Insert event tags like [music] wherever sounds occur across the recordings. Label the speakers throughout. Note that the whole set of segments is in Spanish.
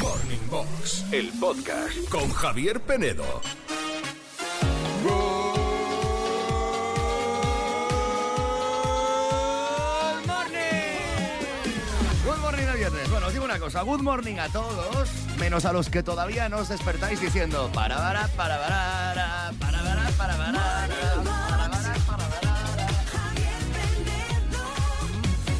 Speaker 1: Morning Box, el podcast con Javier Penedo.
Speaker 2: Good morning. Good morning de viernes. Bueno, os digo una cosa. Good morning a todos, menos a los que todavía no os despertáis diciendo para para para para para para para para
Speaker 3: Javier Penedo,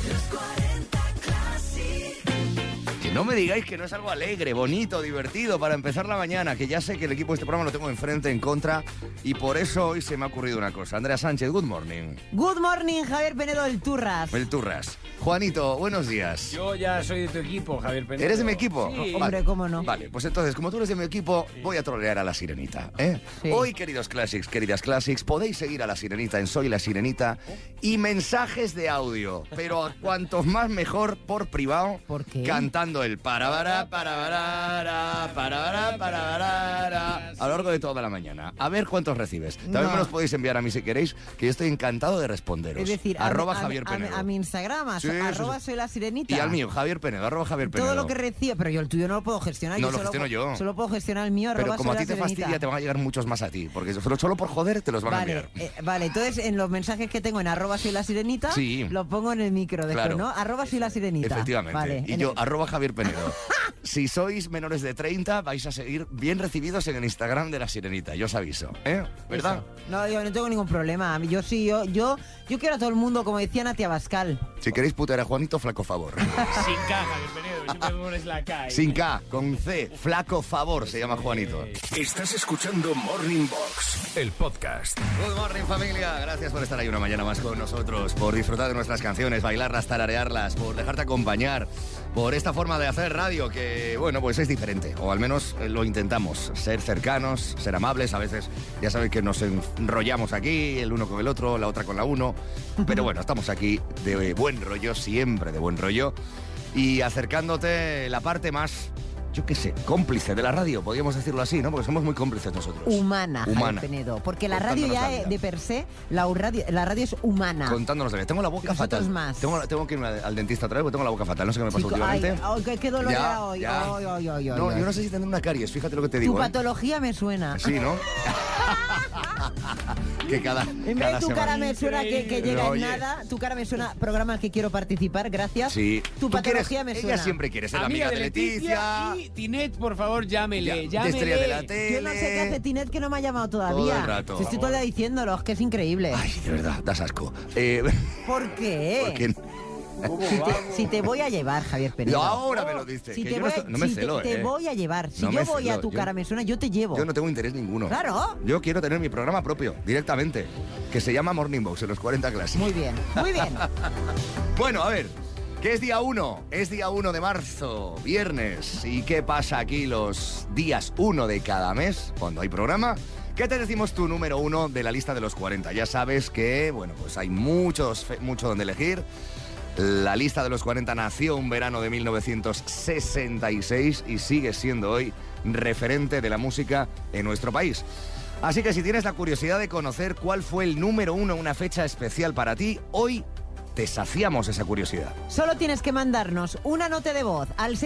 Speaker 3: los 40 Classic.
Speaker 2: Que no me digáis que no es algo alegre, bonito, divertido para empezar la mañana, que ya sé que el equipo de este programa lo tengo enfrente, en contra, y por eso hoy se me ha ocurrido una cosa. Andrea Sánchez, good morning.
Speaker 4: Good morning, Javier Penedo del Turras.
Speaker 2: El Turras. Juanito, buenos días.
Speaker 5: Yo ya soy de tu equipo, Javier Penedo.
Speaker 2: ¿Eres de mi equipo?
Speaker 5: Sí.
Speaker 4: Hombre, cómo no.
Speaker 2: Vale, pues entonces, como tú eres de mi equipo, voy a trolear a la sirenita. ¿eh?
Speaker 4: Sí.
Speaker 2: Hoy, queridos Classics, queridas Classics, podéis seguir a la sirenita en Soy la Sirenita y mensajes de audio, pero a cuantos más mejor por privado,
Speaker 4: ¿Por qué?
Speaker 2: cantando el para para para para para para para a lo largo de toda la mañana. A ver cuántos recibes. También
Speaker 4: No.
Speaker 2: me los podéis enviar a mí si queréis, que yo estoy encantado de responderos.
Speaker 4: Es decir, a-
Speaker 2: arroba
Speaker 4: a,
Speaker 2: Javier
Speaker 4: a-
Speaker 2: Penedo.
Speaker 4: a mi Instagram, a-
Speaker 2: Sí, sí,
Speaker 4: arroba
Speaker 2: sí.
Speaker 4: soy la sirenita.
Speaker 2: y al mío, Javier Penedo, arroba Javier Penedo.
Speaker 4: Todo lo que recibe, pero yo el tuyo no lo puedo gestionar.
Speaker 2: No,
Speaker 4: yo
Speaker 2: lo
Speaker 4: solo
Speaker 2: gestiono
Speaker 4: puedo-
Speaker 2: yo.
Speaker 4: Solo puedo gestionar el mío,
Speaker 2: Pero
Speaker 4: arroba
Speaker 2: como a
Speaker 4: soy
Speaker 2: ti
Speaker 4: la
Speaker 2: te fastidia, te
Speaker 4: sirenita.
Speaker 2: van a llegar muchos más a ti. Porque solo, solo por joder te los van a
Speaker 4: Vale,
Speaker 2: enviar.
Speaker 4: eh, vale, entonces en los mensajes que tengo en arroba soy la sirenita,
Speaker 2: Sí.
Speaker 4: lo pongo en el micro después,
Speaker 2: Claro.
Speaker 4: ¿no? Arroba soy la sirenita.
Speaker 2: Efectivamente.
Speaker 4: Vale,
Speaker 2: y
Speaker 4: en
Speaker 2: yo,
Speaker 4: el-
Speaker 2: arroba Javier
Speaker 4: [laughs]
Speaker 2: Penedo. si sois menores de 30, vais a seguir bien recibidos en el Instagram de la sirenita. Yo os aviso. ¿Eh? ¿Verdad?
Speaker 4: Eso. No, yo no tengo ningún problema. A mí- Yo sí, yo, yo, yo quiero a todo el mundo, como decía Natia Bascal.
Speaker 2: Si queréis putear a Juanito, flaco favor.
Speaker 5: Sin K, Javier Penedo. Siempre me pones la K. ahí.
Speaker 2: Sin K, con C, flaco favor se llama Juanito.
Speaker 1: Estás escuchando Morning Box, el podcast.
Speaker 2: Good morning familia, gracias por estar ahí una mañana más con nosotros, por disfrutar de nuestras canciones, bailarlas, tararearlas, por dejarte acompañar, por esta forma de hacer radio que, bueno, pues es diferente, o al menos eh, lo intentamos, ser cercanos, ser amables, a veces ya sabéis que nos enrollamos aquí, el uno con el otro, la otra con la uno, pero bueno, estamos aquí de eh, buen rollo, siempre de buen rollo, y acercándote la parte más... Yo qué sé, cómplice de la radio, podríamos decirlo así, ¿no? Porque somos muy cómplices nosotros.
Speaker 4: Humana, Javier
Speaker 2: Humana.
Speaker 4: Penedo. Porque la radio
Speaker 2: Contándonos
Speaker 4: ya
Speaker 2: la
Speaker 4: eh,
Speaker 2: vida.
Speaker 4: de per se, la radio, la radio es humana.
Speaker 2: contándonos la vida. Tengo la boca
Speaker 4: Nosotros
Speaker 2: fatal.
Speaker 4: más.
Speaker 2: Tengo, tengo que irme al al dentista otra vez porque tengo la boca fatal. No sé qué me pasa
Speaker 4: Chico, ay,
Speaker 2: últimamente.
Speaker 4: ay, qué- qué dolor era hoy.
Speaker 2: ya.
Speaker 4: Ay, ay, ay, ay,
Speaker 2: no,
Speaker 4: ay.
Speaker 2: yo no sé si tendré una caries, fíjate lo que te
Speaker 4: Tu
Speaker 2: digo. ¿eh?
Speaker 4: patología me suena.
Speaker 2: Sí,
Speaker 4: [laughs]
Speaker 2: ¿no? que cada,
Speaker 4: En vez
Speaker 2: cada
Speaker 4: de tu
Speaker 2: semana-
Speaker 4: cara me suena que, que llega en
Speaker 2: Oye.
Speaker 4: nada, tu cara me suena programa al que quiero participar, gracias.
Speaker 2: Sí.
Speaker 4: Tu
Speaker 2: Tú quieres-
Speaker 4: patología me suena.
Speaker 2: Ella siempre quiere ser
Speaker 5: Amiga, de Leticia. Y Tinet, por favor, llámele.
Speaker 2: Ya, de
Speaker 5: llámele.
Speaker 2: estrella de la tele.
Speaker 4: Yo no sé qué hace Tinet que no me ha llamado todavía.
Speaker 2: Todo el rato.
Speaker 4: Si estoy
Speaker 2: Por
Speaker 4: todavía diciéndolo, es que es increíble.
Speaker 2: Ay, de verdad, das asco. Eh, [laughs]
Speaker 4: ¿Por qué?
Speaker 2: porque-
Speaker 4: Si te, si te voy a llevar, Javier Pérez.
Speaker 2: No, ahora me lo dices.
Speaker 4: Si
Speaker 2: que
Speaker 4: te
Speaker 2: yo
Speaker 4: voy
Speaker 2: no,
Speaker 4: a-
Speaker 2: estoy- no me
Speaker 4: si te-
Speaker 2: celo,
Speaker 4: te
Speaker 2: eh.
Speaker 4: voy a llevar. Si
Speaker 2: No
Speaker 4: yo
Speaker 2: me
Speaker 4: voy a
Speaker 2: celo,
Speaker 4: tu
Speaker 2: yo-
Speaker 4: cara me suena, yo te llevo.
Speaker 2: Yo no tengo interés ninguno.
Speaker 4: Claro.
Speaker 2: Yo quiero tener mi programa propio, directamente, que se llama Morning Box en los 40 clases.
Speaker 4: Muy bien,
Speaker 2: [laughs]
Speaker 4: muy bien.
Speaker 2: Bueno, a ver, que es día 1, es día 1 de marzo, viernes. ¿Y qué pasa aquí los días 1 de cada mes, cuando hay programa? ¿Qué te decimos tu número 1 de la lista de los 40? Ya sabes que, bueno, pues hay muchos, fe- mucho donde elegir. La lista de los 40 nació un verano de 1966 y sigue siendo hoy referente de la música en nuestro país. Así que si tienes la curiosidad de conocer cuál fue el número uno, una fecha especial para ti, hoy te saciamos esa curiosidad.
Speaker 4: Solo tienes que mandarnos una nota de voz al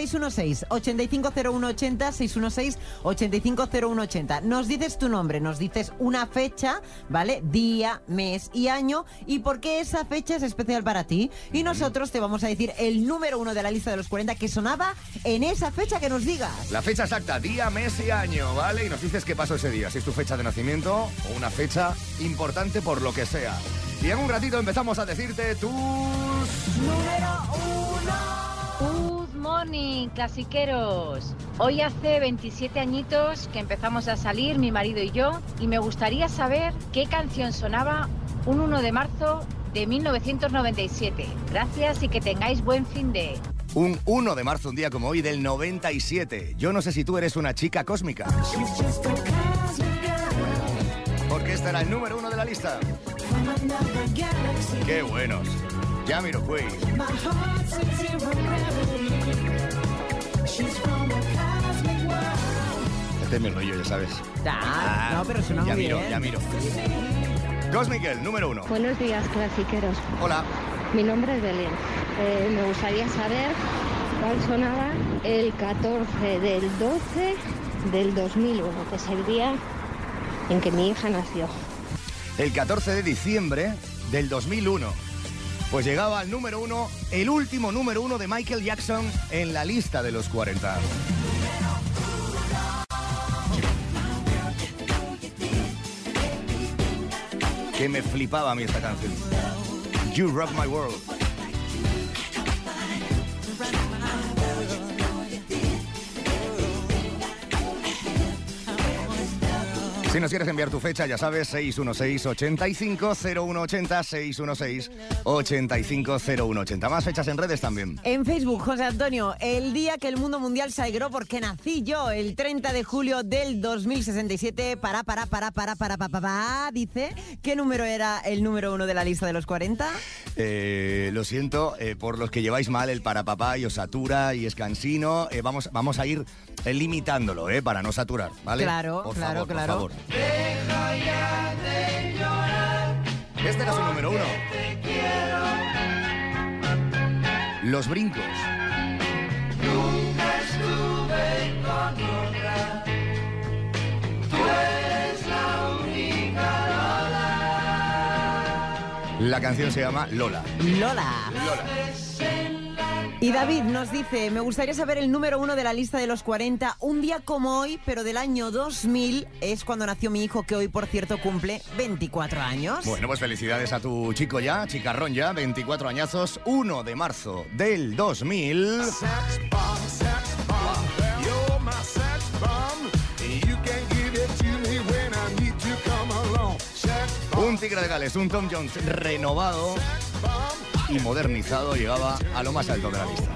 Speaker 4: 616-850180, 616-850180. Nos dices tu nombre, nos dices una fecha, ¿vale? Día, mes y año y por qué esa fecha es especial para ti. Y nosotros te vamos a decir el número uno de la lista de los 40 que sonaba en esa fecha que nos digas.
Speaker 2: La fecha exacta, día, mes y año, ¿vale? Y nos dices qué pasó ese día, si es tu fecha de nacimiento o una fecha importante por lo que sea. Y en un ratito empezamos a decirte tus...
Speaker 6: Good morning, clasiqueros. Hoy hace 27 añitos que empezamos a salir mi marido y yo y me gustaría saber qué canción sonaba un 1 de marzo de 1997. Gracias y que tengáis buen fin de...
Speaker 2: Un 1 de marzo, un día como hoy del 97. Yo no sé si tú eres una chica cósmica. Porque este era el número uno de la lista. ¡Qué buenos! Ya miro, pues. Este es mi rollo, ya sabes.
Speaker 4: Ah, no, pero suena
Speaker 2: ya
Speaker 4: muy
Speaker 2: miro,
Speaker 4: bien.
Speaker 2: Ya miro, Cosmiquel, número uno.
Speaker 7: Buenos días, clasiqueros.
Speaker 2: Hola.
Speaker 7: Mi nombre es Belén. Eh, me gustaría saber cuál sonaba el 14 del 12 del 2001, que es el día en que mi hija nació.
Speaker 2: El 14 de diciembre del 2001. Pues llegaba al número uno, el último número uno de Michael Jackson en la lista de los 40. Que me flipaba a mí esta canción. You Rock My World. Si nos quieres enviar tu fecha, ya sabes, 616-850180, 616-850180. Más fechas en redes también.
Speaker 4: En Facebook, José Antonio, el día que el mundo mundial se alegró porque nací yo, el 30 de julio del 2067, para, para, para, para, para, para, para, dice, ¿qué número era el número uno de la lista de los 40?
Speaker 2: Eh, lo siento eh, por los que lleváis mal el para papá y os satura y es cansino. Eh, vamos, vamos a ir eh, limitándolo, ¿eh? Para no saturar, ¿vale?
Speaker 4: Claro,
Speaker 2: Por
Speaker 4: claro,
Speaker 2: favor, por
Speaker 4: claro.
Speaker 2: favor. Este era su número uno. Los brincos. La canción se llama Lola.
Speaker 4: Lola.
Speaker 2: Lola.
Speaker 4: Y David nos dice, me gustaría saber el número uno de la lista de los 40, un día como hoy, pero del año 2000, es cuando nació mi hijo, que hoy, por cierto, cumple 24 años.
Speaker 2: Bueno, pues felicidades a tu chico ya, chicarrón ya, 24 añazos, 1 de marzo del 2000. Un tigre de Gales, un Tom Jones renovado y modernizado llegaba a lo más alto de la lista.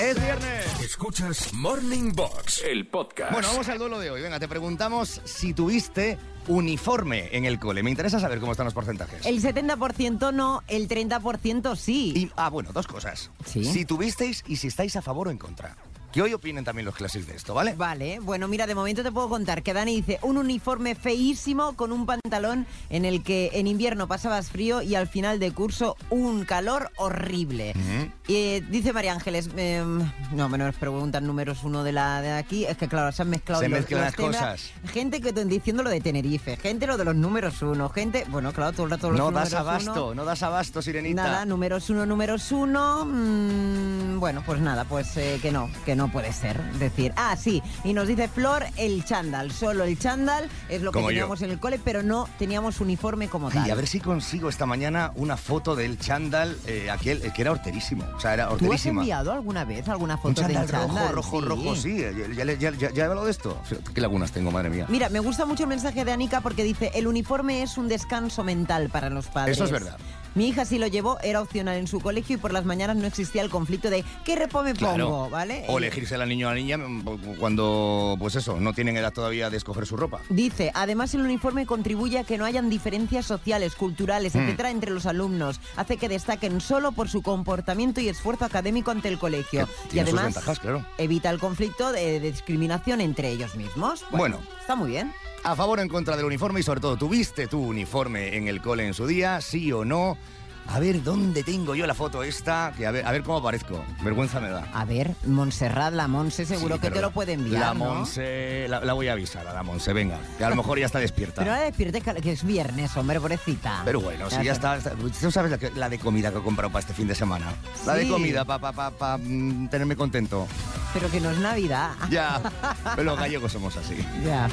Speaker 2: ¡Es viernes!
Speaker 1: Escuchas Morning Box, el podcast.
Speaker 2: Bueno, vamos al duelo de hoy. Venga, te preguntamos si tuviste uniforme en el cole. Me interesa saber cómo están los porcentajes.
Speaker 4: El 70% no, el 30% sí.
Speaker 2: Y- ah, bueno, dos cosas.
Speaker 4: Sí.
Speaker 2: Si tuvisteis y si estáis a favor o en contra. Que hoy opinen también los clases de esto, ¿vale?
Speaker 4: Vale, bueno, mira, de momento te puedo contar que Dani dice un uniforme feísimo con un pantalón en el que en invierno pasabas frío y al final de curso un calor horrible. Eh, dice María Ángeles, em, no, me nos preguntan números uno de la de aquí, es que claro, se han mezclado
Speaker 2: Se
Speaker 4: los-
Speaker 2: mezclan
Speaker 4: los
Speaker 2: las
Speaker 4: temas.
Speaker 2: cosas.
Speaker 4: Gente que diciendo lo de Tenerife, gente lo de los números uno, gente, bueno, claro, todo el rato los
Speaker 2: No
Speaker 4: números
Speaker 2: das
Speaker 4: uno.
Speaker 2: abasto, no das abasto, sirenita.
Speaker 4: Nada, números uno, números uno. mm, bueno, pues nada, pues eh, que no, que no puede ser. Decir, ah, sí, y nos dice Flor el chándal. Solo el chándal es lo que
Speaker 2: Como yo.
Speaker 4: teníamos en el cole, pero no teníamos uniforme como tal.
Speaker 2: Ay, a ver si consigo esta mañana una foto del chándal, eh, aquel eh, que era horterísimo. O sea, era
Speaker 4: ¿Tú has
Speaker 2: horterísima.
Speaker 4: enviado alguna vez alguna
Speaker 2: Un
Speaker 4: foto
Speaker 2: chándal
Speaker 4: del chándal?
Speaker 2: rojo, rojo, rojo, sí. eh, Ya, ya, ya, ya- ya he hablado de esto. ¿Qué lagunas tengo, madre mía?
Speaker 4: Mira, me gusta mucho el mensaje de Anika porque dice, el uniforme es un descanso mental para los padres.
Speaker 2: Eso es verdad.
Speaker 4: Mi hija sí lo llevó, era opcional en su colegio y por las mañanas no existía el conflicto de qué repo me
Speaker 2: Claro.
Speaker 4: pongo, ¿vale? Eh,
Speaker 2: O
Speaker 4: El-
Speaker 2: elegirse la niño o la niña mm, cuando, pues eso, no tienen edad todavía de escoger su ropa.
Speaker 4: Dice, además el uniforme contribuye a que no hayan diferencias sociales,
Speaker 2: Mm.
Speaker 4: culturales, etcétera, entre los alumnos. Hace que destaquen solo por su comportamiento y esfuerzo académico ante el colegio.
Speaker 2: Que
Speaker 4: Y
Speaker 2: tiene sus
Speaker 4: además
Speaker 2: ventajas, claro.
Speaker 4: evita el conflicto de, de discriminación entre ellos mismos.
Speaker 2: Bueno.
Speaker 4: está muy bien.
Speaker 2: A favor o en contra del uniforme y sobre todo, ¿tuviste tu uniforme en el cole en su día? ¿Sí o no? A ver, ¿dónde tengo yo la foto esta? Que a ver, a ver cómo aparezco. Vergüenza me da.
Speaker 4: A ver, Montserrat, la Monse, seguro
Speaker 2: Sí,
Speaker 4: que
Speaker 2: pero
Speaker 4: te lo puede enviar.
Speaker 2: La
Speaker 4: ¿no?
Speaker 2: Monse, la, la voy a avisar a la Monse, venga. Que a lo mejor ya está despierta.
Speaker 4: Pero eh, no la despiertes que que es viernes, hombre, pobrecita.
Speaker 2: Pero bueno, si ya está. está- Tú sabes la, que- la de comida que he comprado para este fin de semana. La de
Speaker 4: Sí.
Speaker 2: comida, para mm, tenerme contento.
Speaker 4: Pero que no es Navidad. [laughs]
Speaker 2: Ya, pero los gallegos somos así.
Speaker 4: Ya.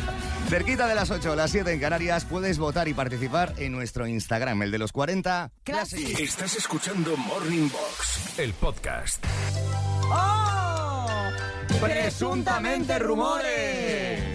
Speaker 2: Cerquita de las 8 o las 7 en Canarias, puedes votar y participar en nuestro Instagram, el de los 40.
Speaker 4: Classic.
Speaker 1: Estás escuchando Morning Box, el podcast.
Speaker 4: ¡Oh!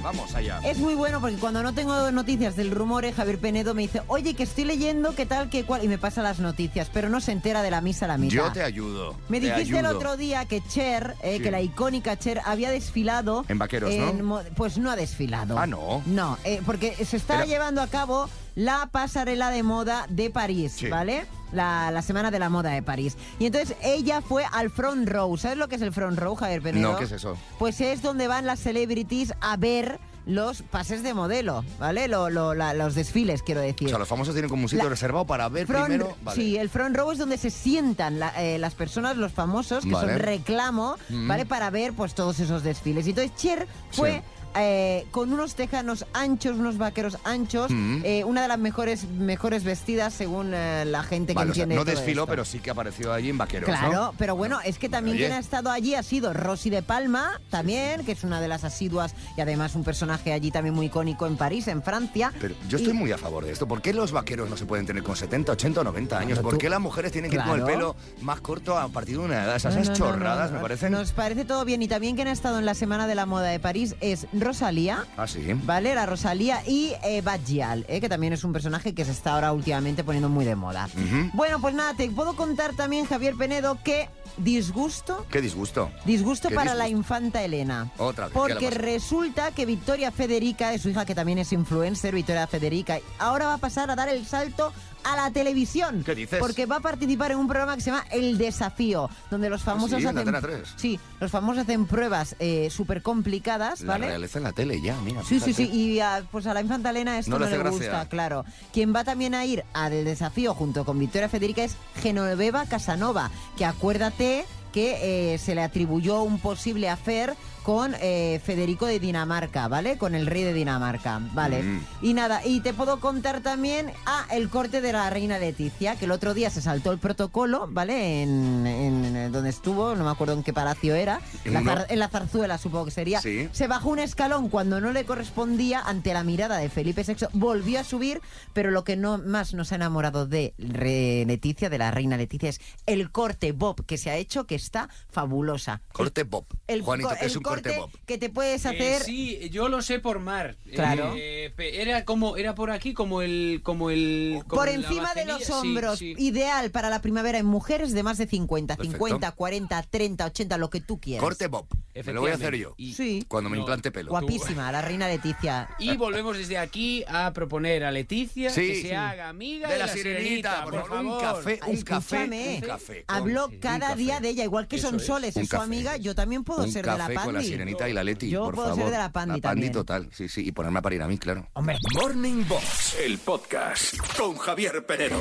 Speaker 2: Vamos allá.
Speaker 4: Es muy bueno porque cuando no tengo noticias del rumor, eh, Javier Penedo me dice, oye, que estoy leyendo, qué tal, qué cual, y me pasa las noticias, pero no se entera de la misa a la mitad.
Speaker 2: Yo te ayudo.
Speaker 4: me
Speaker 2: te
Speaker 4: dijiste el
Speaker 2: ayudo.
Speaker 4: otro día que Cher, eh,
Speaker 2: Sí.
Speaker 4: que la icónica Cher, había desfilado...
Speaker 2: En vaqueros, ¿no?
Speaker 4: mo- Pues no ha desfilado.
Speaker 2: Ah, ¿no?
Speaker 4: No, eh, porque se está
Speaker 2: Pero-
Speaker 4: llevando a cabo la pasarela de moda de París,
Speaker 2: Sí.
Speaker 4: ¿vale? La, la Semana de la Moda de París. Y entonces ella fue al front row. ¿Sabes lo que es el front row, Javier Penedo?
Speaker 2: ¿qué es eso?
Speaker 4: Pues es donde van las celebrities a ver los pases de modelo, ¿vale? Lo- lo- la- los desfiles, quiero decir.
Speaker 2: O sea, los famosos tienen como un sitio
Speaker 4: La-
Speaker 2: reservado para ver
Speaker 4: Front-
Speaker 2: primero. Vale.
Speaker 4: Sí, el front row es donde se sientan la- eh, las personas, los famosos, que
Speaker 2: Vale.
Speaker 4: son reclamo,
Speaker 2: Mm.
Speaker 4: ¿vale? Para ver pues todos esos desfiles. Y entonces Cher fue...
Speaker 2: Sí.
Speaker 4: eh, con unos tejanos anchos, unos vaqueros anchos,
Speaker 2: Mm.
Speaker 4: eh, una de las mejores mejores vestidas según eh, la gente que
Speaker 2: Vale, o sea,
Speaker 4: entiende.
Speaker 2: no
Speaker 4: todo
Speaker 2: desfiló,
Speaker 4: esto.
Speaker 2: pero sí que apareció allí en vaqueros. ¿no?
Speaker 4: Claro, pero bueno, es que también
Speaker 2: Oye.
Speaker 4: quien ha estado allí ha sido Rosy de Palma, también, que es una de las asiduas y además un personaje allí también muy icónico en París, en Francia.
Speaker 2: Pero yo estoy
Speaker 4: Y-
Speaker 2: muy a favor de esto. ¿Por qué los vaqueros no se pueden tener con 70, 80 o 90 años?
Speaker 4: Pero
Speaker 2: ¿Por
Speaker 4: tú-
Speaker 2: qué las mujeres tienen que ir con el
Speaker 4: Claro.
Speaker 2: pelo más corto a partir de una edad? Esas,
Speaker 4: No,
Speaker 2: esas
Speaker 4: no, no,
Speaker 2: chorradas
Speaker 4: no,
Speaker 2: me
Speaker 4: no.
Speaker 2: parecen.
Speaker 4: Nos parece todo bien. Y también quien ha estado en la Semana de la Moda de París es Rosalía,
Speaker 2: Ah, sí.
Speaker 4: ¿vale? La Rosalía y eh, Badgial, ¿eh? que también es un personaje que se está ahora últimamente poniendo muy de moda.
Speaker 2: Ujú.
Speaker 4: Bueno, pues nada, te puedo contar también, Javier Penedo, que disgusto.
Speaker 2: Qué disgusto.
Speaker 4: Disgusto
Speaker 2: Qué
Speaker 4: para la
Speaker 2: disgusto.
Speaker 4: infanta Elena.
Speaker 2: Otra vez, ¿qué le
Speaker 4: Porque
Speaker 2: pasa?
Speaker 4: resulta que Victoria Federica, de su hija que también es influencer, Victoria Federica, ahora va a pasar a dar el salto a la televisión.
Speaker 2: ¿Qué dices?
Speaker 4: Porque va a participar en un programa que se llama El Desafío, donde los famosos
Speaker 2: Ah, sí, en
Speaker 4: hacen
Speaker 2: Antena 3.
Speaker 4: Sí, los famosos hacen pruebas eh, súper complicadas,
Speaker 2: La
Speaker 4: ¿vale?
Speaker 2: realeza en la tele ya, mira.
Speaker 4: Sí, sí,
Speaker 2: fíjate.
Speaker 4: sí. Y a, pues a la infanta Elena esto
Speaker 2: No
Speaker 4: no,
Speaker 2: le
Speaker 4: le,
Speaker 2: hace gracia.
Speaker 4: gusta, claro. Quien va también a ir al desafío junto con Victoria Federica es Genoveva Casanova, que acuérdate que eh, se le atribuyó un posible afer con eh, Federico de Dinamarca, ¿vale? Con el rey de Dinamarca, ¿vale?
Speaker 2: Mm.
Speaker 4: Y nada, y te puedo contar también a el corte de la reina Leticia, que el otro día se saltó el protocolo, ¿vale? En, en- en donde estuvo, no me acuerdo en qué palacio era,
Speaker 2: En
Speaker 4: la
Speaker 2: uno-
Speaker 4: zar- en la zarzuela supongo que sería.
Speaker 2: Sí.
Speaker 4: Se bajó un escalón cuando no le correspondía ante la mirada de Felipe VI, volvió a subir, pero lo que no más nos ha enamorado de re- Leticia, de la reina Leticia, es el corte Bob que se ha hecho, que está fabulosa.
Speaker 2: Corte pop.
Speaker 4: El,
Speaker 2: Juanito,
Speaker 4: co-
Speaker 2: que es
Speaker 4: el
Speaker 2: un corte, pop.
Speaker 4: que te puedes
Speaker 5: Eh,
Speaker 4: hacer...
Speaker 5: sí, yo lo sé por mar.
Speaker 4: Claro.
Speaker 5: Eh, pe- era como era por aquí como el como el como
Speaker 4: Por
Speaker 5: la
Speaker 4: encima de
Speaker 5: bacenilla.
Speaker 4: los
Speaker 5: Sí,
Speaker 4: hombros,
Speaker 5: sí.
Speaker 4: ideal para la primavera en mujeres de más de 50,
Speaker 2: Perfecto.
Speaker 4: 50, 40, 30, 80, lo que tú quieras.
Speaker 2: Corte pop. Me lo voy a hacer yo.
Speaker 5: Efectivamente.
Speaker 4: Sí.
Speaker 2: Cuando me
Speaker 5: No.
Speaker 2: implante pelo.
Speaker 4: Guapísima, la reina Leticia.
Speaker 5: Y volvemos desde aquí a proponer a Leticia
Speaker 2: Sí.
Speaker 5: que se
Speaker 2: Sí.
Speaker 5: haga amiga
Speaker 2: De la sirenita, por favor, un café. Un
Speaker 4: Escúchame,
Speaker 2: café, un
Speaker 4: ¿eh?
Speaker 2: café con-
Speaker 4: habló
Speaker 2: un
Speaker 4: cada
Speaker 2: café.
Speaker 4: día de ella, igual que
Speaker 5: Eso
Speaker 4: son
Speaker 5: es.
Speaker 4: soles,
Speaker 2: Un
Speaker 4: es su
Speaker 2: café.
Speaker 4: amiga, yo también puedo
Speaker 2: un
Speaker 4: ser de la
Speaker 2: café con la
Speaker 4: Pandi.
Speaker 2: sirenita y la Leti,
Speaker 4: Yo
Speaker 2: por
Speaker 4: puedo ser
Speaker 2: favor.
Speaker 4: de la Pandi también.
Speaker 2: total, sí, sí. Y ponerme a parir a mí, claro.
Speaker 4: Hombre,
Speaker 1: Morning Box, el podcast con Javier Penedo.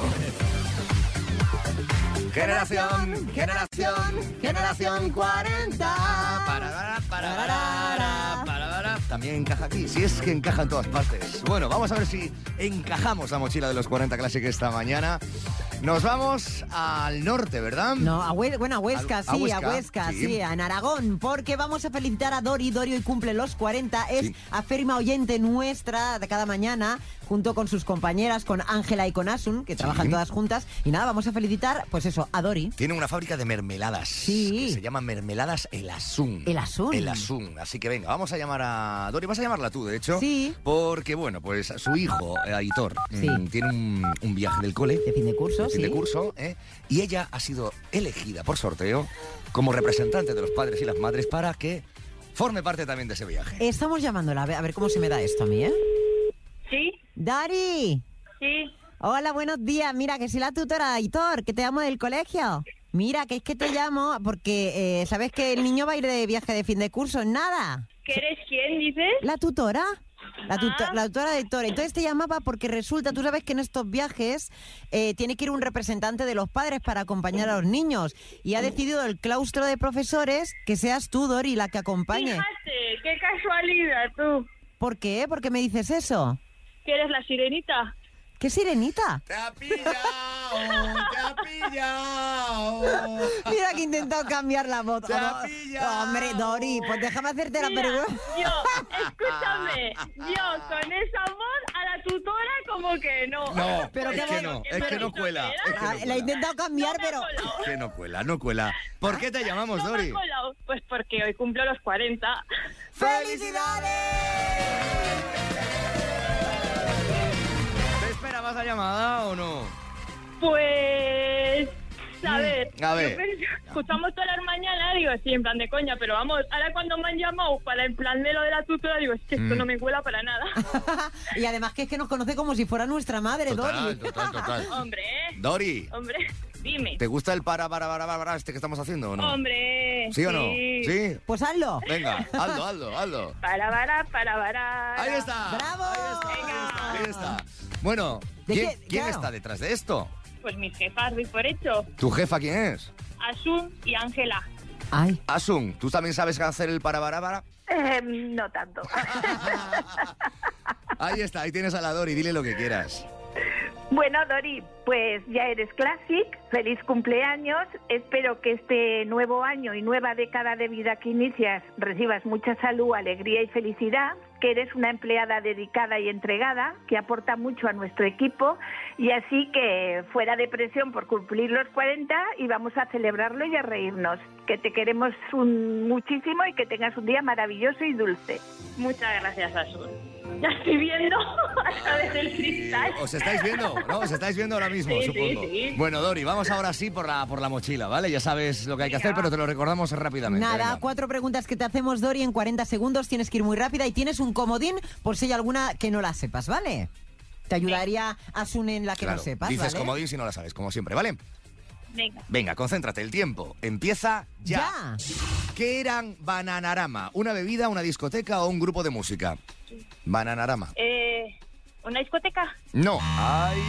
Speaker 2: Generación, generación, generación
Speaker 4: 40.
Speaker 2: Pararara, pararara, pararara. También encaja aquí, si es que encaja en todas partes. Bueno, vamos a ver si encajamos la mochila de los 40 Classic esta mañana. Nos vamos al norte, ¿verdad?
Speaker 4: No, a Hue- bueno, a Huesca,
Speaker 2: A- a
Speaker 4: sí, a Huesca,
Speaker 2: Huesca, sí.
Speaker 4: sí. en Aragón, porque vamos a felicitar a Dori. Dori hoy cumple los 40, es
Speaker 2: Sí.
Speaker 4: afirma oyente nuestra de cada mañana, junto con sus compañeras, con Ángela y con Asun, que trabajan todas juntas. Y nada, vamos a felicitar, pues eso, a Dori.
Speaker 2: Tiene una fábrica de mermeladas.
Speaker 4: Sí.
Speaker 2: Que se llama Mermeladas El Asun.
Speaker 4: El Asun.
Speaker 2: El Asun. Así que venga, vamos a llamar a Dori. Vas a llamarla tú, de hecho.
Speaker 4: Sí.
Speaker 2: Porque, bueno, pues su hijo, eh, Aitor,
Speaker 4: Sí.
Speaker 2: mm, tiene un, un viaje del cole.
Speaker 4: De fin de curso,
Speaker 2: de fin de
Speaker 4: sí.
Speaker 2: curso, ¿eh? Y ella ha sido elegida por sorteo como representante de los padres y las madres para que forme parte también de ese viaje.
Speaker 4: Estamos llamándola, a ver, a ver cómo se me da esto a mí, ¿eh?
Speaker 8: Sí,
Speaker 4: Dari,
Speaker 8: sí.
Speaker 4: hola, buenos días. Mira, que soy la tutora de Aitor, que te llamo del colegio. Mira, que es que te llamo porque eh, sabes que el niño va a ir de viaje de fin de curso, en nada.
Speaker 8: ¿Que eres quién, dices?
Speaker 4: La tutora. La, tuto-
Speaker 8: Ah.
Speaker 4: la tutora de Héctor. Entonces te llamaba porque resulta, tú sabes que en estos viajes eh, tiene que ir un representante de los padres para acompañar a los niños. Y ha decidido el claustro de profesores que seas tú, Dori, la que acompañe.
Speaker 8: Fíjate, qué casualidad tú.
Speaker 4: ¿Por qué? ¿Por qué me dices eso?
Speaker 8: ¿Que eres la sirenita?
Speaker 4: ¡Qué sirenita!
Speaker 2: ¡Te ha pillado! ¡Te ha pillado!
Speaker 4: Mira que he intentado cambiar la voz.
Speaker 2: Te ha
Speaker 4: Oh, no.
Speaker 2: pillado.
Speaker 4: Hombre, Dori, pues déjame hacerte la
Speaker 8: Mira,
Speaker 4: pregunta.
Speaker 8: yo, escúchame, yo con esa voz a la tutora como que no.
Speaker 2: No,
Speaker 4: Pero
Speaker 2: es
Speaker 4: qué
Speaker 2: que
Speaker 4: bueno,
Speaker 2: no,
Speaker 8: qué
Speaker 2: es que no
Speaker 8: bonito
Speaker 2: cuela.
Speaker 8: que
Speaker 2: es que
Speaker 8: era.
Speaker 2: no
Speaker 4: Ah, La he
Speaker 2: cuela.
Speaker 4: intentado cambiar,
Speaker 8: No me ha
Speaker 4: pero...
Speaker 8: colado,
Speaker 2: Que no cuela, no cuela. ¿Por qué te
Speaker 4: Ah,
Speaker 2: llamamos,
Speaker 8: no me ha
Speaker 2: Dori?
Speaker 8: colado. Pues porque hoy cumplo los 40.
Speaker 4: ¡Felicidades!
Speaker 2: ¿Te esperabas la llamada o no?
Speaker 8: Pues... A ver,
Speaker 2: Mm, a
Speaker 8: yo
Speaker 2: ver.
Speaker 8: pensé- escuchamos todas las mañanas, digo, sí, en plan de coña, pero vamos, ahora cuando me han llamado para en plan de lo de la tutora, digo, es que esto
Speaker 2: Mm.
Speaker 8: no me cuela para nada. [laughs]
Speaker 4: y además que es que nos conoce como si fuera nuestra madre, Dori.
Speaker 9: [laughs]
Speaker 2: total, total.
Speaker 8: Hombre, ¿eh?
Speaker 2: Dori,
Speaker 8: Hombre. Dime.
Speaker 2: ¿Te gusta el para, para, para, para, para este que estamos haciendo o no?
Speaker 8: Hombre.
Speaker 2: ¿Sí o no? ¿Sí?
Speaker 4: Pues hazlo.
Speaker 2: Venga, hazlo, hazlo, hazlo.
Speaker 8: Para, para, para, para.
Speaker 2: Ahí está.
Speaker 4: ¡Bravo!
Speaker 2: Ahí está, ahí está. Bueno,
Speaker 4: ¿De
Speaker 2: ¿quién,
Speaker 4: qué?
Speaker 2: quién
Speaker 4: Claro.
Speaker 2: está detrás de esto?
Speaker 8: Pues mis jefas, doy por hecho.
Speaker 2: ¿Tu jefa quién es?
Speaker 8: Asun y Ángela.
Speaker 4: Ay.
Speaker 2: Asun, ¿tú también sabes hacer el para, para, para?
Speaker 8: Em, no tanto. [laughs]
Speaker 2: Ahí está, ahí tienes a la Dori, dile lo que quieras.
Speaker 9: Bueno, Dori, pues ya eres Classic. Feliz cumpleaños. Espero que este nuevo año y nueva década de vida que inicias recibas mucha salud, alegría y felicidad. Que eres una empleada dedicada y entregada, que aporta mucho a nuestro equipo. Y así que fuera de presión por cumplir los 40 y vamos a celebrarlo y a reírnos. Que te queremos un- muchísimo y que tengas un día maravilloso y dulce.
Speaker 8: Muchas gracias, Asun. Ya estoy viendo [laughs] a través del cristal.
Speaker 2: ¿Os estáis viendo? ¿No? ¿Os estáis viendo ahora mismo,
Speaker 8: Sí, sí,
Speaker 2: supongo?
Speaker 8: sí.
Speaker 2: Bueno, Dori, vamos ahora sí por la, por la mochila, ¿vale? Ya sabes lo que hay que hacer, pero te lo recordamos rápidamente.
Speaker 4: Nada,
Speaker 2: venga.
Speaker 4: cuatro preguntas que te hacemos, Dori, en 40 segundos. Tienes que ir muy rápida y tienes un comodín por si hay alguna que no la sepas, ¿vale? Te ayudaría Asun en la que
Speaker 2: Claro,
Speaker 4: no sepas,
Speaker 2: Dices
Speaker 4: ¿vale?
Speaker 2: comodín si no la sabes, como siempre, ¿vale?
Speaker 8: Venga.
Speaker 2: Venga, concéntrate, el tiempo empieza ya.
Speaker 4: Ya.
Speaker 2: ¿Qué eran Bananarama? ¿Una bebida, una discoteca o un grupo de música? Bananarama.
Speaker 8: Eh, ¿Una discoteca?
Speaker 2: No. Ay,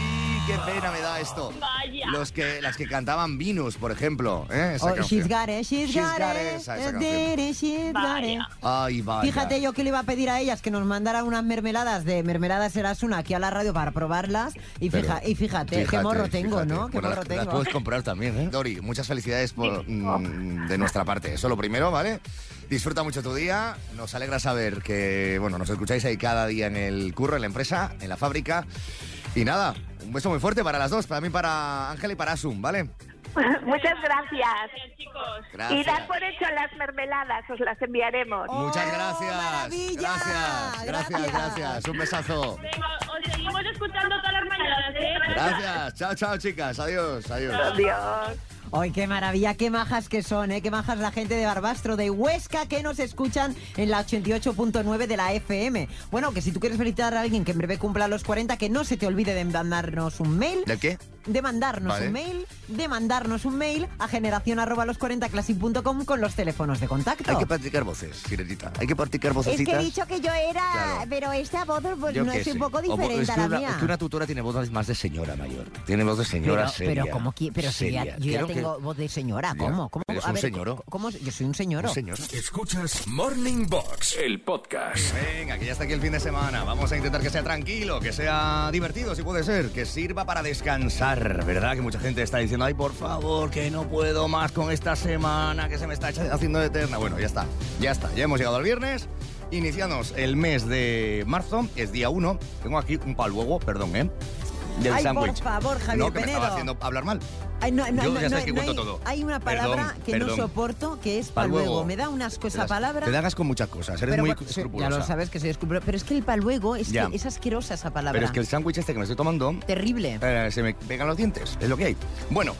Speaker 2: qué pena me da esto.
Speaker 8: Vaya.
Speaker 2: Los que, las que cantaban Venus, por ejemplo. ¿eh? Esa
Speaker 4: Oh,
Speaker 2: canción.
Speaker 4: she's got it, she's,
Speaker 2: She's
Speaker 4: got,
Speaker 2: got
Speaker 4: it,
Speaker 2: it, esa- esa
Speaker 4: eh,
Speaker 2: canción.
Speaker 4: it, she's got
Speaker 8: Vaya.
Speaker 4: it.
Speaker 2: Ay, vaya.
Speaker 4: Fíjate yo que le iba a pedir a ellas que nos mandaran unas mermeladas de mermeladas Erasuna aquí a la radio para probarlas. Y,
Speaker 2: Pero,
Speaker 4: fija- y fíjate, qué morro tengo,
Speaker 2: fíjate.
Speaker 4: ¿no? Qué
Speaker 2: Bueno,
Speaker 4: morro
Speaker 2: las, las
Speaker 4: tengo.
Speaker 2: puedes comprar también, ¿eh? Dori, muchas felicidades por- mm, de nuestra parte. Eso lo primero, ¿vale? Disfruta mucho tu día. Nos alegra saber que, bueno, nos escucháis ahí cada día en el curro, en la empresa, en la fábrica. Y nada, un beso muy fuerte para las dos, para mí, para Ángela y para Asun, ¿vale?
Speaker 9: [laughs] Muchas gracias.
Speaker 8: Gracias, chicos.
Speaker 9: Y
Speaker 2: Gracias.
Speaker 9: dar por hecho las mermeladas, os las enviaremos.
Speaker 2: Muchas
Speaker 4: ¡Oh,
Speaker 2: gracias.
Speaker 4: maravilla!
Speaker 2: Gracias, gracias,
Speaker 4: Gracias.
Speaker 2: gracias. Un besazo.
Speaker 8: Venga, os seguimos escuchando todas las mañanas, ¿eh?
Speaker 2: Gracias. Chao, chao, chicas. Adiós, adiós.
Speaker 9: Adiós.
Speaker 4: Ay, qué maravilla, qué majas que son, ¿eh? Qué majas la gente de Barbastro, de Huesca, que nos escuchan en la 88.9 de la FM. Bueno, que si tú quieres felicitar a alguien que en breve cumpla los 40, que no se te olvide de mandarnos un mail.
Speaker 2: ¿De qué?
Speaker 4: de mandarnos
Speaker 2: Vale.
Speaker 4: un mail, de mandarnos un mail a generación arroba los 40 classic.com con los teléfonos de contacto.
Speaker 2: Hay que practicar voces, Sirenita. Hay que practicar
Speaker 4: es que he
Speaker 2: vocecitas.
Speaker 4: dicho que yo era,
Speaker 2: Claro.
Speaker 4: pero esta voz pues,
Speaker 2: Yo
Speaker 4: no
Speaker 2: qué
Speaker 4: es
Speaker 2: sé.
Speaker 4: un poco
Speaker 2: O vo-
Speaker 4: diferente
Speaker 2: es que
Speaker 4: a la
Speaker 2: una,
Speaker 4: mía.
Speaker 2: es que una tutora tiene voz más de señora mayor. Tiene voz de señora
Speaker 4: Pero,
Speaker 2: seria.
Speaker 4: pero como que- pero si ya-
Speaker 2: Seria.
Speaker 4: yo ya
Speaker 2: Creo que-
Speaker 4: tengo voz de señora,
Speaker 2: Ya,
Speaker 4: ¿cómo? ¿Cómo?
Speaker 2: eres un señoro.
Speaker 4: ¿cómo- cómo- Yo soy un señor.
Speaker 2: Un señor.
Speaker 1: Escuchas Morning Box, el podcast.
Speaker 2: Venga, que ya está aquí el fin de semana. Vamos a intentar que sea tranquilo, que sea divertido, si puede ser, que sirva para descansar. ¿Verdad que mucha gente está diciendo, ay, por favor, que no puedo más con esta semana, que se me está echa- haciendo eterna? Bueno, ya está, ya está. Ya hemos llegado al viernes. Iniciamos el mes de marzo, es día 1. Tengo aquí un pal huevo, perdón, ¿eh? Del
Speaker 4: Ay, por
Speaker 2: sándwich.
Speaker 4: favor, Javier
Speaker 2: No, que me
Speaker 4: Penedo.
Speaker 2: estaba haciendo hablar mal.
Speaker 4: Ay, no, no,
Speaker 2: Yo
Speaker 4: no,
Speaker 2: ya sabes
Speaker 4: no,
Speaker 2: que
Speaker 4: no
Speaker 2: cuento
Speaker 4: hay,
Speaker 2: todo.
Speaker 4: hay una palabra
Speaker 2: Perdón,
Speaker 4: que no
Speaker 2: perdón.
Speaker 4: soporto que es
Speaker 2: Pal
Speaker 4: paluego.
Speaker 2: huevo.
Speaker 4: Me da un asco esa
Speaker 2: Te das-
Speaker 4: Pues palabra.
Speaker 2: Te dagas con muchas cosas, eres
Speaker 4: pero
Speaker 2: muy
Speaker 4: bueno, sí,
Speaker 2: escrupulosa.
Speaker 4: ya lo sabes que soy escrupulosa. Pero es que el paluego es,
Speaker 2: Ya.
Speaker 4: que es asquerosa esa palabra.
Speaker 2: Pero es que el sándwich este que me estoy tomando
Speaker 4: Terrible.
Speaker 2: Eh, se me pegan los dientes, es lo que hay. Bueno,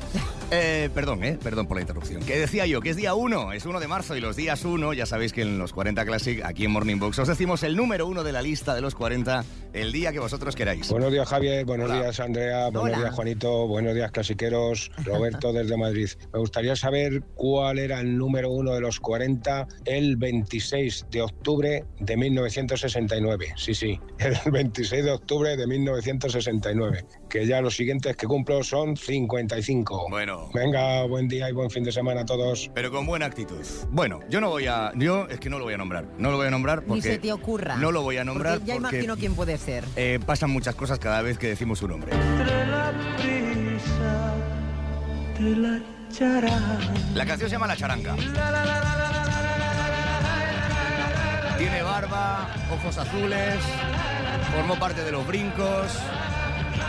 Speaker 2: eh, perdón, eh, perdón por la interrupción. Que decía yo que es día 1, es 1 de marzo y los días 1, ya sabéis que en los 40 Classic, aquí en Morning Box, os decimos el número 1 de la lista de los 40, el día que vosotros queráis.
Speaker 10: Buenos días, Javier. Buenos
Speaker 2: Hola.
Speaker 10: días,
Speaker 2: Ah, pues
Speaker 10: Andrea. Buenos
Speaker 4: Hola.
Speaker 10: días, Juanito. Buenos días, clasiqueros. Roberto desde Madrid. Me gustaría saber cuál era el número uno de los 40 el 26 de octubre de 1969. Sí, sí, [laughs] el 26 de octubre de 1969. Que ya los siguientes que cumplo son 55.
Speaker 2: Bueno,
Speaker 10: Venga, buen día y buen fin de semana a todos.
Speaker 2: pero con buena actitud. Bueno, yo no voy a. Yo es que no lo voy a nombrar. No lo voy a nombrar porque.
Speaker 4: Ni se te ocurra.
Speaker 2: No lo voy a nombrar
Speaker 4: Porque ya
Speaker 2: porque,
Speaker 4: imagino quién puede ser.
Speaker 2: eh, pasan muchas cosas cada vez que decimos su nombre. La canción se llama La Charanga. Tiene barba, ojos azules, formó parte de los brincos.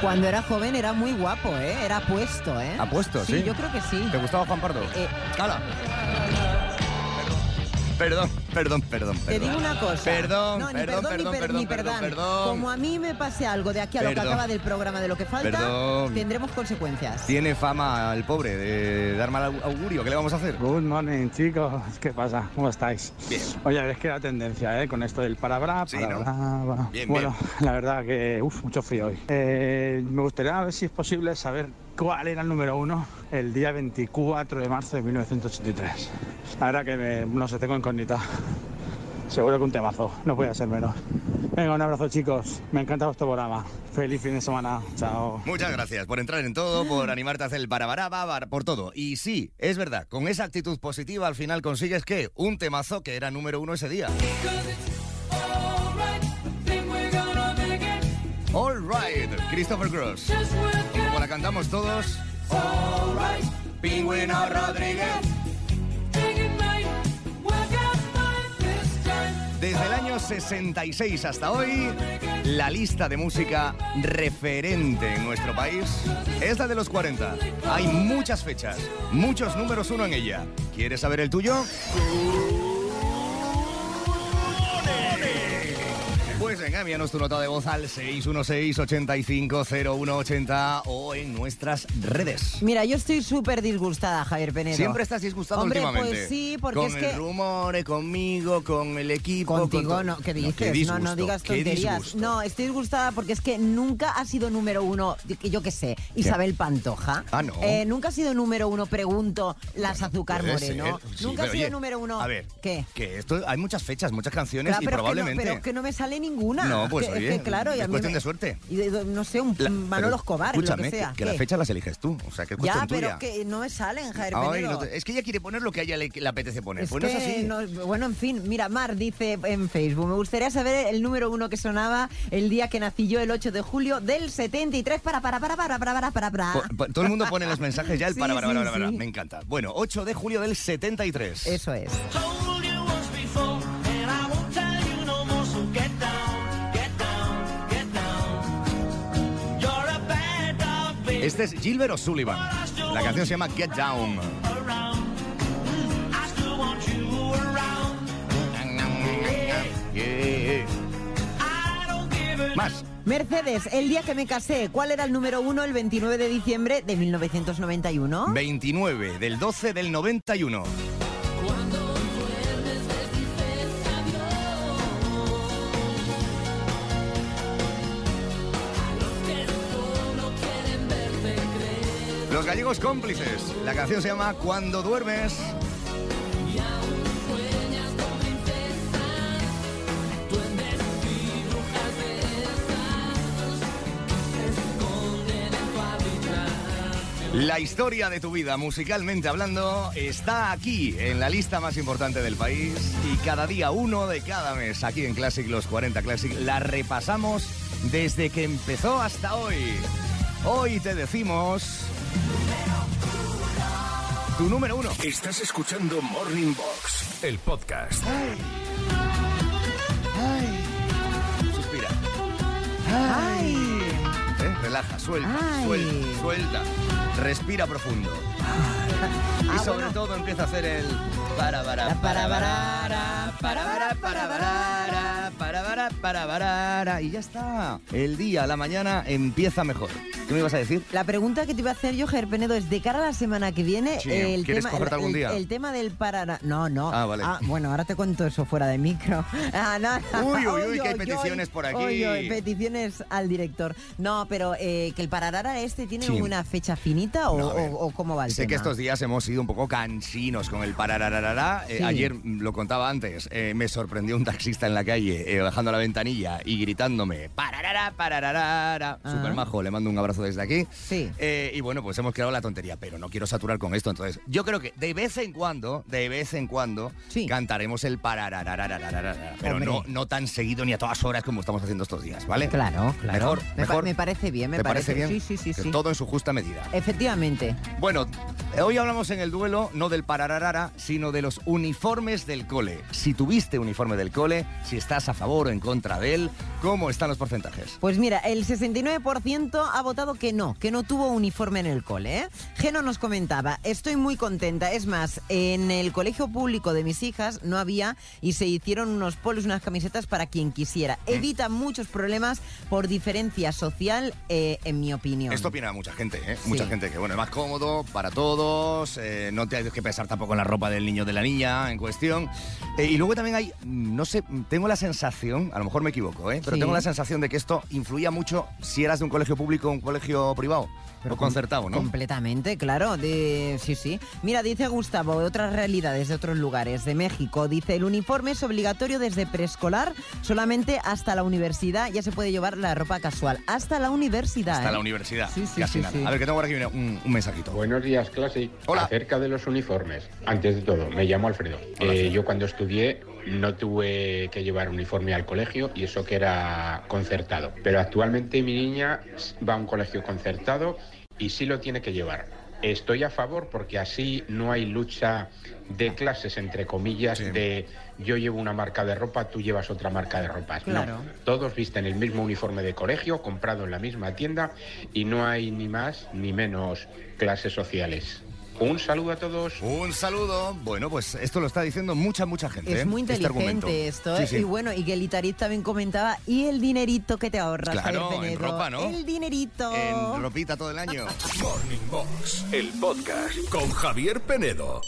Speaker 4: Cuando era joven era muy guapo, ¿eh? Era puesto, ¿eh?
Speaker 2: Apuesto, sí.
Speaker 4: yo creo que sí.
Speaker 2: ¿Te gustaba Juan Pardo?
Speaker 4: Eh.
Speaker 2: ¡Hala! Perdón, perdón, perdón, perdón.
Speaker 4: Te digo una cosa.
Speaker 2: Perdón,
Speaker 4: No, ni
Speaker 2: perdón,
Speaker 4: perdón,
Speaker 2: perdón,
Speaker 4: ni, per-
Speaker 2: perdón,
Speaker 4: ni
Speaker 2: perdón,
Speaker 4: perdón.
Speaker 2: perdón.
Speaker 4: Como a mí me pase algo de aquí a lo que
Speaker 2: Perdón.
Speaker 4: acaba del programa, de lo que falta,
Speaker 2: Perdón.
Speaker 4: tendremos consecuencias.
Speaker 2: Tiene fama el pobre de dar mal au- augurio. ¿Qué le vamos a hacer?
Speaker 11: Good morning, chicos. ¿Qué pasa? ¿Cómo estáis?
Speaker 2: Bien.
Speaker 11: Oye, ves que la tendencia, ¿eh? Con esto del palabra,
Speaker 2: Sí, ¿no?
Speaker 11: palabra.
Speaker 2: Bien,
Speaker 11: bueno, la verdad que, uff, mucho frío hoy. Eh, me gustaría ver si es posible saber ¿Cuál era el número uno? El día 24 de marzo de 1983. Ahora que me- no sé, tengo incógnita. Seguro que un temazo, no podía ser menos. Venga, un abrazo chicos, me encanta vuestro programa. Feliz fin de semana, chao.
Speaker 2: Muchas gracias por entrar en todo, por animarte a hacer el barabará, babar, por todo. Y sí, es verdad, con esa actitud positiva al final consigues que un temazo que era número uno ese día. All right, Christopher Cross. Como la cantamos todos. All right, Pingüino Rodríguez. Desde el año 66 hasta hoy, la lista de música referente en nuestro país es la de los 40. Hay muchas fechas, muchos números uno en ella. ¿Quieres saber el tuyo? Pues venga, envíanos tu nota de voz al 616-850180 o en nuestras redes.
Speaker 4: Mira, yo estoy súper disgustada, Javier Penedo.
Speaker 2: Siempre estás disgustado
Speaker 4: Hombre,
Speaker 2: últimamente.
Speaker 4: pues sí, porque
Speaker 2: con
Speaker 4: es
Speaker 2: el
Speaker 4: que...
Speaker 2: rumore, conmigo, con el equipo.
Speaker 4: Contigo,
Speaker 2: con to-
Speaker 4: no, ¿qué
Speaker 2: qué
Speaker 4: dices? No,
Speaker 2: disgusto,
Speaker 4: no digas
Speaker 2: qué
Speaker 4: tonterías.
Speaker 2: disgusto.
Speaker 4: No, estoy disgustada porque es que nunca ha sido número uno, que yo qué sé, Isabel Pantoja.
Speaker 2: Ah, no.
Speaker 4: Eh, nunca ha sido número uno, pregunto, las Azúcar
Speaker 2: Puede ser,
Speaker 4: Moreno.
Speaker 2: Pues eh, sí,
Speaker 4: nunca ha
Speaker 2: pero
Speaker 4: sido
Speaker 2: oye,
Speaker 4: número uno.
Speaker 2: A ver,
Speaker 4: ¿Qué?
Speaker 2: que esto hay muchas fechas, muchas canciones
Speaker 4: Claro,
Speaker 2: y
Speaker 4: pero es que no-
Speaker 2: probablemente.
Speaker 4: pero es que no me sale ninguna.
Speaker 2: No, pues
Speaker 4: Que-
Speaker 2: oye,
Speaker 4: es que, claro, y
Speaker 2: es
Speaker 4: a mí
Speaker 2: cuestión
Speaker 4: me-
Speaker 2: de suerte.
Speaker 4: y de- no sé, un
Speaker 2: La-
Speaker 4: Manolo
Speaker 2: pero
Speaker 4: Escobar, lo
Speaker 2: escúchame,
Speaker 4: que sea.
Speaker 2: Que, las
Speaker 4: ¿Qué?
Speaker 2: fechas las eliges tú, o sea, que es
Speaker 4: Ya,
Speaker 2: cuestión
Speaker 4: pero
Speaker 2: tuya.
Speaker 4: que no me salen, Javier
Speaker 2: Ay,
Speaker 4: Penedo.
Speaker 2: no te- es que ella quiere poner lo que a ella le, le apetece poner.
Speaker 4: Es
Speaker 2: pues no es
Speaker 4: que
Speaker 2: así.
Speaker 4: no- bueno, en fin, mira, Mar dice en Facebook, me gustaría saber el número uno que sonaba el día que nací yo, el 8 de julio del 73, para, para, para, para, para, para, para, para.
Speaker 2: Po- po- Todo el mundo pone en los mensajes ya el
Speaker 4: [laughs] Sí,
Speaker 2: para, para, para,
Speaker 4: sí,
Speaker 2: para, para.
Speaker 4: sí.
Speaker 2: Me encanta. Bueno, 8 de julio del 73.
Speaker 4: Eso es.
Speaker 2: Este es Gilbert O'Sullivan. La canción se llama Get Down. Más.
Speaker 4: Mercedes, el día que me casé, ¿cuál era el número uno el 29 de diciembre de 1991?
Speaker 2: 29 del 12 del 91. Los gallegos cómplices. La canción se llama Cuando duermes. La historia de tu vida, musicalmente hablando, está aquí en la lista más importante del país y cada día uno de cada mes aquí en Classic Los 40 Classic la repasamos desde que empezó hasta hoy. Hoy te decimos tu número uno.
Speaker 1: Estás escuchando Morning Box, el podcast.
Speaker 2: Suspira.
Speaker 4: Ay.
Speaker 2: ¿eh? Relaja, suelta,
Speaker 4: Ay.
Speaker 2: suelta, suelta. Respira profundo. Y
Speaker 4: Ah,
Speaker 2: sobre
Speaker 4: bueno.
Speaker 2: todo empieza a hacer el para para
Speaker 4: La
Speaker 2: para
Speaker 4: para,
Speaker 2: para para para para para para para y ya está. El día, la mañana empieza mejor. ¿Qué me ibas a decir?
Speaker 4: La pregunta que te iba a hacer yo, Javier Penedo, es de cara a la semana que viene,
Speaker 2: Sí,
Speaker 4: el,
Speaker 2: ¿quieres
Speaker 4: tema,
Speaker 2: cogerte
Speaker 4: el-
Speaker 2: algún
Speaker 4: el-
Speaker 2: día?
Speaker 4: el tema del para... No, no.
Speaker 2: Ah, vale.
Speaker 4: bueno, ahora te cuento eso fuera de micro. [laughs] Ah, no.
Speaker 2: Uy, uy, uy, que hay peticiones por aquí.
Speaker 4: uy, uy, peticiones al director. No, pero eh, que el pararara este tiene
Speaker 2: Sí.
Speaker 4: una fecha finita o,
Speaker 2: No, a ver.
Speaker 4: o- o cómo va el
Speaker 2: Sé que
Speaker 4: tema?
Speaker 2: estos días hemos sido un poco cansinos con el pararararará. Eh,
Speaker 4: Sí.
Speaker 2: ayer mm, lo contaba antes, eh, me sorprendió un taxista en la calle eh, bajando la ventanilla y gritándome pararara, parararara.
Speaker 4: Ah.
Speaker 2: Super majo, le mando un abrazo desde aquí.
Speaker 4: Sí.
Speaker 2: Eh, y bueno, pues hemos creado la tontería, pero no quiero saturar con esto. Entonces, yo creo que de vez en cuando, de vez en cuando,
Speaker 4: Sí.
Speaker 2: cantaremos el pararararararara. Pero
Speaker 4: Hombre.
Speaker 2: no, no tan seguido ni a todas horas como estamos haciendo estos días, ¿vale?
Speaker 4: Claro, claro.
Speaker 2: Mejor,
Speaker 4: me, pa-
Speaker 2: mejor.
Speaker 4: me parece bien, me
Speaker 2: ¿Te parece, bien?
Speaker 4: Sí, sí, sí.
Speaker 2: Que
Speaker 4: sí.
Speaker 2: Todo en su justa medida.
Speaker 4: Efectivamente.
Speaker 2: Bueno, hoy hablamos en el duelo no del parararara, sino de los uniformes del cole. Si tuviste uniforme del cole, si estás a favor o en contra de él, ¿cómo están los porcentajes?
Speaker 4: Pues mira, el 69% ha votado que no, que no tuvo uniforme en el cole. ¿eh? Geno nos comentaba, estoy muy contenta. Es más, en el colegio público de mis hijas no había y se hicieron unos polos, unas camisetas para quien quisiera. Evita muchos problemas por diferencia social, eh, en mi opinión.
Speaker 2: Esto opina mucha gente, ¿eh?
Speaker 4: Sí.
Speaker 2: Mucha gente que, bueno, es más cómodo para todos, eh, no tienes que pensar tampoco en la ropa del niño o de la niña en cuestión. Eh, y luego también hay, mm, no sé, mm, tengo la sensación, a lo mejor me equivoco, ¿eh? pero
Speaker 4: Sí.
Speaker 2: tengo la sensación de que esto influía mucho si eras de un colegio público o un colegio privado, o concertado, ¿no?
Speaker 4: Completamente, claro. De... Sí, sí. Mira, dice Gustavo, de otras realidades de otros lugares, de México. Dice, el uniforme es obligatorio desde preescolar solamente hasta la universidad. Ya se puede llevar la ropa casual. Hasta la universidad.
Speaker 2: Hasta
Speaker 4: ¿eh?
Speaker 2: la universidad.
Speaker 4: Sí, sí,
Speaker 2: casi
Speaker 4: sí,
Speaker 2: nada.
Speaker 4: sí. Pues-
Speaker 2: A ver, que tengo por aquí mira, un, un mensajito.
Speaker 9: Buenos días, Classic. Acerca de los uniformes. Antes de todo, me llamo Alfredo. Eh, yo cuando estudié no tuve que llevar uniforme al colegio y eso que era concertado. Pero actualmente mi niña va a un colegio concertado y sí lo tiene que llevar. Estoy a favor porque así no hay lucha de clases, entre comillas, de yo llevo una marca de ropa, tú llevas otra marca de ropa.
Speaker 12: Claro.
Speaker 9: No, todos visten el mismo uniforme de colegio, comprado en la misma tienda, y no hay ni más ni menos clases sociales. Un saludo a todos.
Speaker 2: Un saludo. Bueno, pues esto lo está diciendo mucha, mucha gente. ¿eh?
Speaker 4: Es muy
Speaker 2: Este argumento.
Speaker 4: inteligente esto,
Speaker 2: Sí,
Speaker 4: ¿eh?
Speaker 2: sí.
Speaker 4: Y bueno, y que el Itariz también comentaba, y el dinerito que te ahorras,
Speaker 2: Claro,
Speaker 4: Javier
Speaker 2: en
Speaker 4: Penedo.
Speaker 2: ropa, ¿no?
Speaker 4: El dinerito. [laughs]
Speaker 2: En ropita todo el año.
Speaker 1: Morning Box, el podcast con Javier Penedo.